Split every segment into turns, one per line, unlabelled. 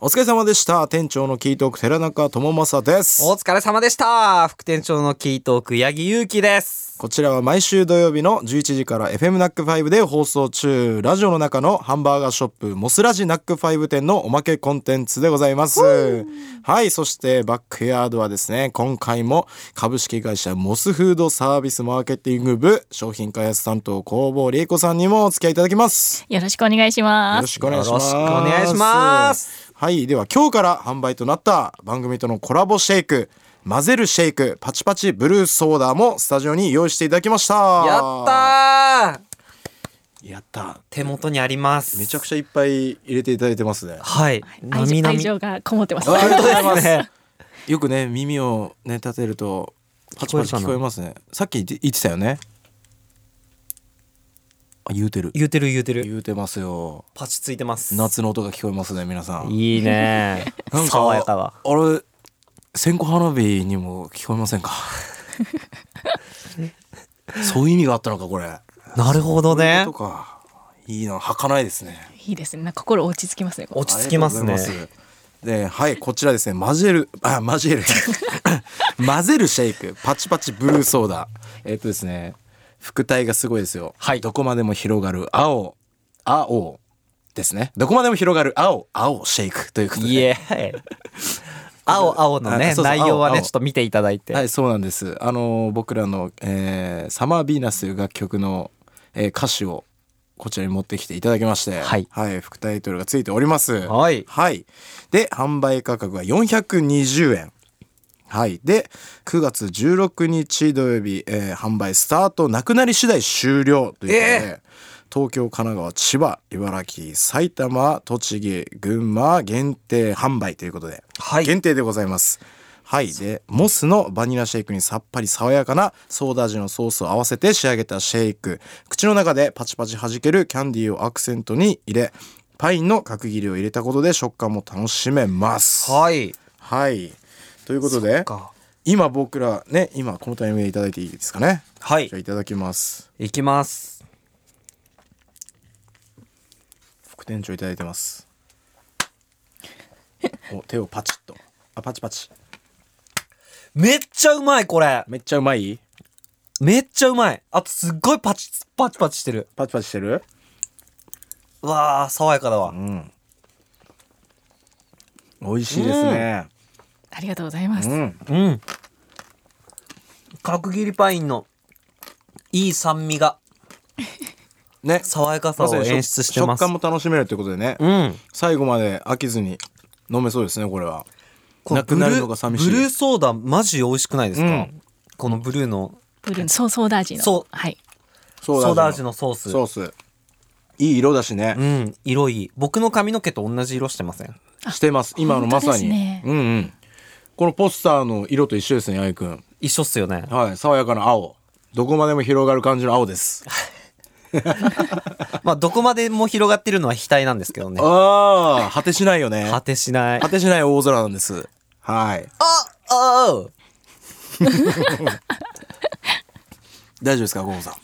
お疲れ様でした。店長のキートーク、寺中智正です。
お疲れ様でした副店長のキートーク、八木ゆうきです。
こちらは毎週土曜日の11時から FM ナック5で放送中、ラジオの中のハンバーガーショップ、モスラジナック5店のおまけコンテンツでございます。はい、そしてバックヤードはですね、今回も株式会社モスフードサービスマーケティング部商品開発担当工房理恵子さんにもお付き合いいただきます。
よろしくお願いし
よ
ま
ろ
す。
しくお願いします。
よろしくお願いします。
はい、では今日から販売となった番組とのコラボシェイク、混ぜるシェイク、パチパチブルーソーダもスタジオに用意していただきました。
やったー
やった
手元にあります。
めちゃく
ち
ちゃいっぱい入れていただいて ますね。
ゃ。はい。
愛情愛情がこもってます。
ありがとうござい
々
ま。
ですすね。
よくね耳をね立てるとパチパチ聞こえますね。さっき言って言ってたよね。あ言うてる。
言うてる言うてる。
言うてますよ。
パチついてます。
夏の音が聞こえますね皆さん。
いいね
なん
爽やかだ。
あれ線香花火にも聞こえませんか。そういう意味があったのかこれ。
なるほどね
と。かいいな儚いですね。
いいですね。なんか心落ち着きますね。ここ
落ち着きますね
ありがとうございますで、はい、こちらですね、混ぜる、あ、混 ぜる。混ぜるシェイク、パチパチブルーソーダ。えっ、とですね、副体がすごいですよ。はい、どこまでも広がる青、青。ですね。どこまでも広がる青、青シェイクということで。
いえ。青青の
あ
ね
そうそう
内容は
青
ね
青
ちょっと見ていただいて。
はい、そうなんです。あの僕らの、えーサマービーナスという楽曲の、えー歌詞をこちらに持ってきていただきまして、
はい
副タイトルがついております。
はい
で、販売価格は420円。はい。で、9月16日土曜日、えー販売スタート、なくなり次第終了ということで、東京、神奈川、千葉、茨城、埼玉、栃木、群馬限定販売ということで、
はい
限定でございます。はい。で、モスのバニラシェイクにさっぱり爽やかなソーダ味のソースを合わせて仕上げたシェイク。口の中でパチパチ弾けるキャンディーをアクセントに入れ、パインの角切りを入れたことで食感も楽しめます。
はい。
はい。ということで、
か
今僕らね、今このタイミングでいただいていいですかね。
はい
じゃあいただきます。
いきます。
副店長いただいてます。お手をパチッと。あ、パチパチ。
めっちゃうまいこれ。
めっちゃうまい
めっちゃうまい。あとすっごいパチパチパチしてる。
パチパチしてる
うわあ爽やかだわ。
うん。美味しいですね。
ありがとうございま
う
す。
ん。
うん。角切りパインのいい酸味が
ね。
爽やかさを演出してま
食
す。
感も楽しめるってことでね。
うん。
最後まで飽きずに飲めそうですね、これは。
これ
なくなるのが寂しい
ブルーブルーソーダマジ美味しくないですか、
うん
このブルーの
ブルーのそうソーダ味の。
そう
はい。
ソ
ソーダ味のソース。
ソース。いい色だしね
う。ん、色いい。僕の髪の毛と同じ色してません
してます。今のまさ
本当です
に。
ね
うんうん。このポスターの色と一緒ですね、あいくん。
一緒っすよね。
はい、爽やかな青。どこまでも広がる感じの青です。
まあ、どこまでも広がってるのは額なんですけどね。
ああ、果てしないよね。
果てしない。
果てしない大空なんです。はい。
あああ
大丈夫ですか、ゴーゴさん。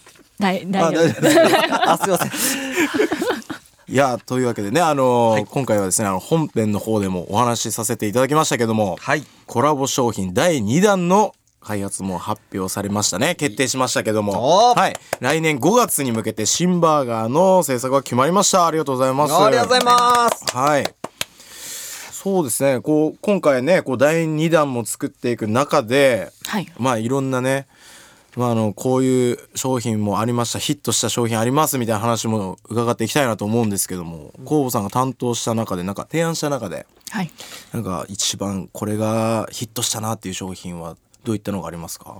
だい大丈夫です。
あ、すいません。
いやというわけでねあのー今回はですねあの本編の方でもお話しさせていただきましたけども、
はい
コラボ商品第2弾の開発も発表されましたね決定しましたけども
おー
はい来年5月に向けて新バーガーの制作が決まりましたありがとうございます
ありがとうございます。
はい。そうですね。こう今回ね、こう第2弾も作っていく中で、
はい
まあいろんなね、まああのこういう商品もありました、ヒットした商品ありますみたいな話も伺っていきたいなと思うんですけども、工房さんが担当した中でなんか提案した中で、
はい。
なんか一番これがヒットしたなっていう商品はどういったのがありますか。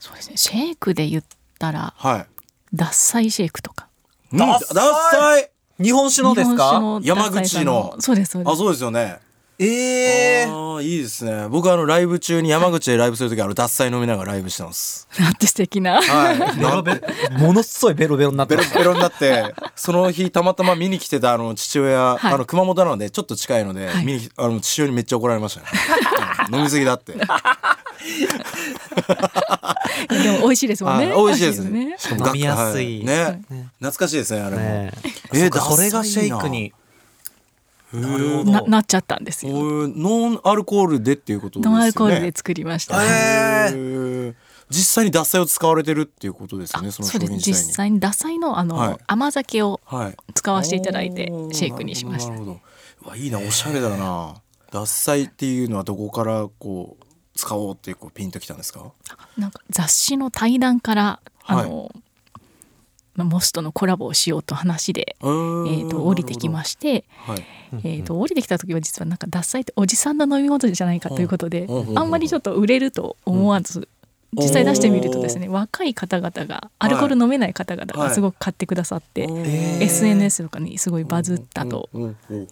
そうですね。シェイクで言ったら
はい。
脱菜シェイクとか。
う ん
ダッサい
ダッサい。
日本酒のです
日本
か
酒の
山
脱菜さん
口の
そうですそうで
あ、
す。
そうですよね。
ええー。
ああいいですね。僕あのライブ中に山口でライブするときあの脱菜飲みながらライブしてます。
なんて素敵 な。
はい。
ベロベ ロ。ものすごいベロベロになって
ベロ
る。
ッベロになって、その日たまたま見に来てたあの父親、
はい
あの熊本なのでちょっと近いので、
い
見に来あの父親にめっちゃ怒られ ましたね。うん飲みすぎだって。
でも美味しいですもん
はい
ね。
美味しいですね。
美味し
しかもが
飲みやすい
はね。懐かしいですねあれも。
ね
えー
そっか
ダサいな
それがシェイクに
なる
ななっちゃったんですよ。
ノンアルコールでっていうことですよ
ノ
ね。
ンアルコールで作りました。
へ
へ
ー実際に脱菜を使われてるっていうことですよね。その商
そうです
品自体に。
実際にダサいのあの、
はい
甘酒を
はい。
使わせていただいて
おー
シェイクにしました
なるほどなるほどうわいいなおしゃれだな。脱菜っていうのはどこからこう使おうってこうピンときたんですか。
なんか雑誌の対談から
はい
あの、まあモスとのコラボをしようと話で、
え
えー、と降りてきまして、
す。はい。
えー、と降りてきた時は実はなんかダサいっておじさんの飲み物じゃないかということで、
うんうんうん
あんまりちょっと売れると思わず、
うん
実際出してみるとですね若い方々がアルコール飲めない方々
は
が
い
すごく買ってくださって、
え
SNS とかにすごいバズったと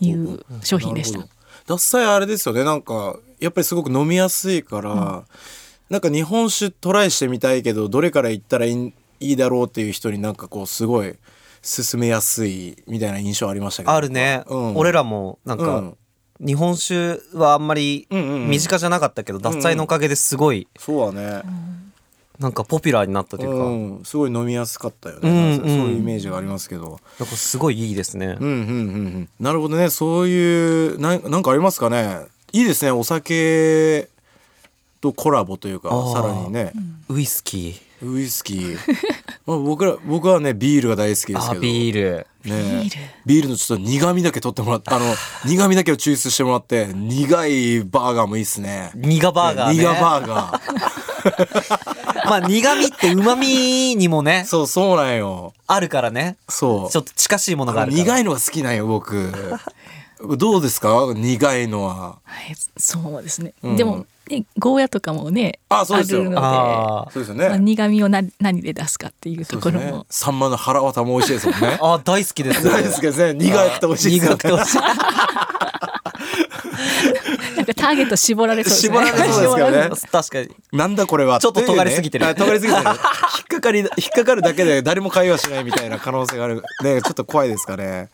いう商品でした。
なるほど脱菜あれですよねなんかやっぱりすごく飲みやすいから、なんか日本酒トライしてみたいけどどれから行ったらいいいいだろうっていう人になんかこうすごい勧めやすいみたいな印象ありましたけど
あるね、
うん
俺らもなんか、
うん
日本酒はあんまり
うんうんうん
身近じゃなかったけど、脱菜のおかげですごい
そうだね、
なんかポピュラーになったというか、
うん、すごい飲みやすかったよね、
うんうん
そういうイメージがありますけど
なんかすごいいいですね、
うんうんうんうんなるほどねそういうなんなんかありますかねいいですねお酒とコラボというか
あー
さらにね、
ウイスキ
ウイスキー まあ僕ら僕はねビールが大好き
ー
です
あ
けど
ビール
ね
ビール
ビールのちょっと苦味だけ取ってもらって あの苦味だけを抽出してもらって苦いバーガーもいいっすね
苦バーガーね
苦バーガー
まあ苦味って旨味にもね
そうそうなんよ
あるからね
そう
ちょっと近しいものがあるから
苦いのが好きなんよ僕どうですか苦いのは
はい、そうですね。
うん
でも、ね、ゴーヤとかもね、
あそうですよ
るので、ま
あ
そうですよ
あ、苦味をな何で出すかっていう
そ
と
う
こ
です
ろ
ね
も、
サンマの腹渡も美味しいですもんね
ーあー大好きです
大好きですね苦くて美味しいですよ
苦くて美味しい
なんかターゲット絞られそうですね。
絞られそうですけどね
確かに
なんだこれは
ちょっと
ていうね
尖りすぎてる
あ尖りすぎてる引っかかり引っかかるだけで誰も会話しないみたいな可能性があるねちょっと怖いですかね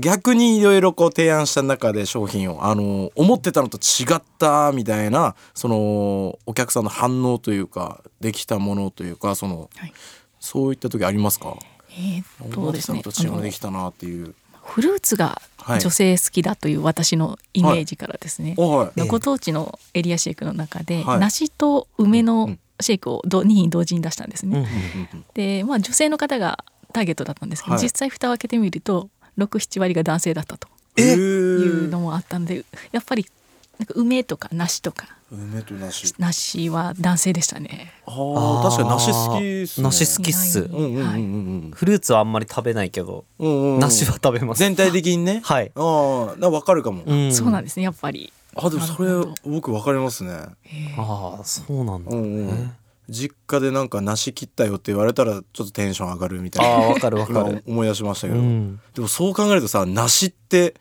逆にいろいろこう提案した中で商品をあの思ってたのと違ったみたいなそのお客さんの反応というかできたものというかその
はい
そういった時ありますか
えーっ
思
と
っ
で
て
す
たの
ね
と違うの
あ
で
の
きたなっていう
フルーツが
はい
女性好きだという私のイメージからですね、
おはい
ええ
ご当地のエリアシェイクの中で、
はい
梨と梅
う
の
ん
シェイクをど2品同時に出したんですね。
うん
で、まあ、女性の方がターゲットだったんですけど、
はい
実際蓋を開けてみると67割が男性だったと。
え
いうのもあったんでやっぱりなんか梅とか梨とか
梅と梨
梨は男性でしたね。
あー確かに梨好きですね
梨好きっす
うんうんうんうんうん
フルーツはあんまり食べないけど
うんうんうん
梨は食べます
全体的にね
はい
ああ分かるかも、
ん
そうなん
で
ですねやっぱり。
あでもそれ
なるほど
僕分かりますね
すああそうなんだ
うんうん、
ね
実家でなんか梨切ったよって言われたらちょっとテンション上がるみた
あ
い
あ
な
わかるわか
今
る
思い出しました
う
けど、
ん
でもそう考えるとさ梨って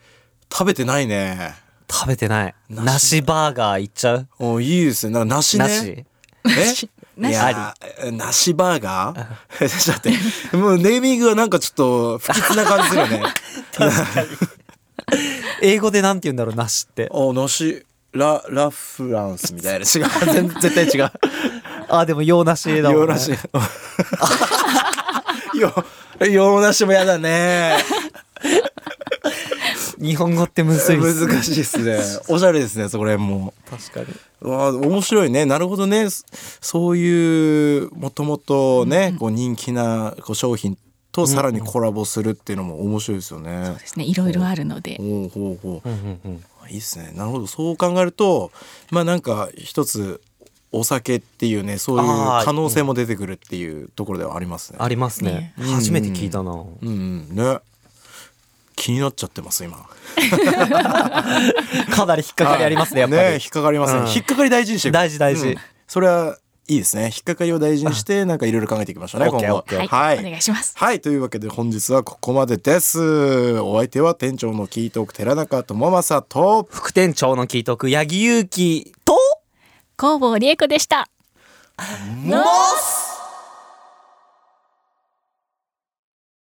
食べてないね
食べてない
梨
梨バーガーいっちゃう
おいいですねなんか梨ね
梨
梨
梨
いやー梨バーガ ーだってもうネーミングがなんかちょっと不吉な感じする よね
英語でなんて言うんだろう梨って
お梨ララフランスみたいな違う全絶対違う
ああでも洋梨だもんね
洋梨 よ洋梨もやだね
日本語ってむずいっす
難しいですねおしゃれですねそこら辺も
確かに
うわあ面白いねなるほどねそそういうもともとね、こう人気なこう商品とさらにコラボするっていうのも面白いですよね
そうですねいろいろあるので
ほうほうほう
うんうんうん
いいですねなるほどそう考えるとまあなんか一つお酒っていうねそういう
あー
可能性も出てくるっていうところではありますね
ありますね
ね
初めて聞いたな
うんうんね気になっちゃってます今
かなり引っかかりありますねやっぱ
ね
り
引っかかりますね、
うん
引っかかり大事にしていく
大事大事
うんそれはいいですね引っかかりを大事にしてなんかいろいろ考えていきましょうね今
オッケーオッ
後
ケ
はい、
はい
お願いします。
はいというわけで本日はここまでですお相手は店長のキートーク寺中智正と
副店長の聞いとく八木勇樹と
工房理恵子でした。
モス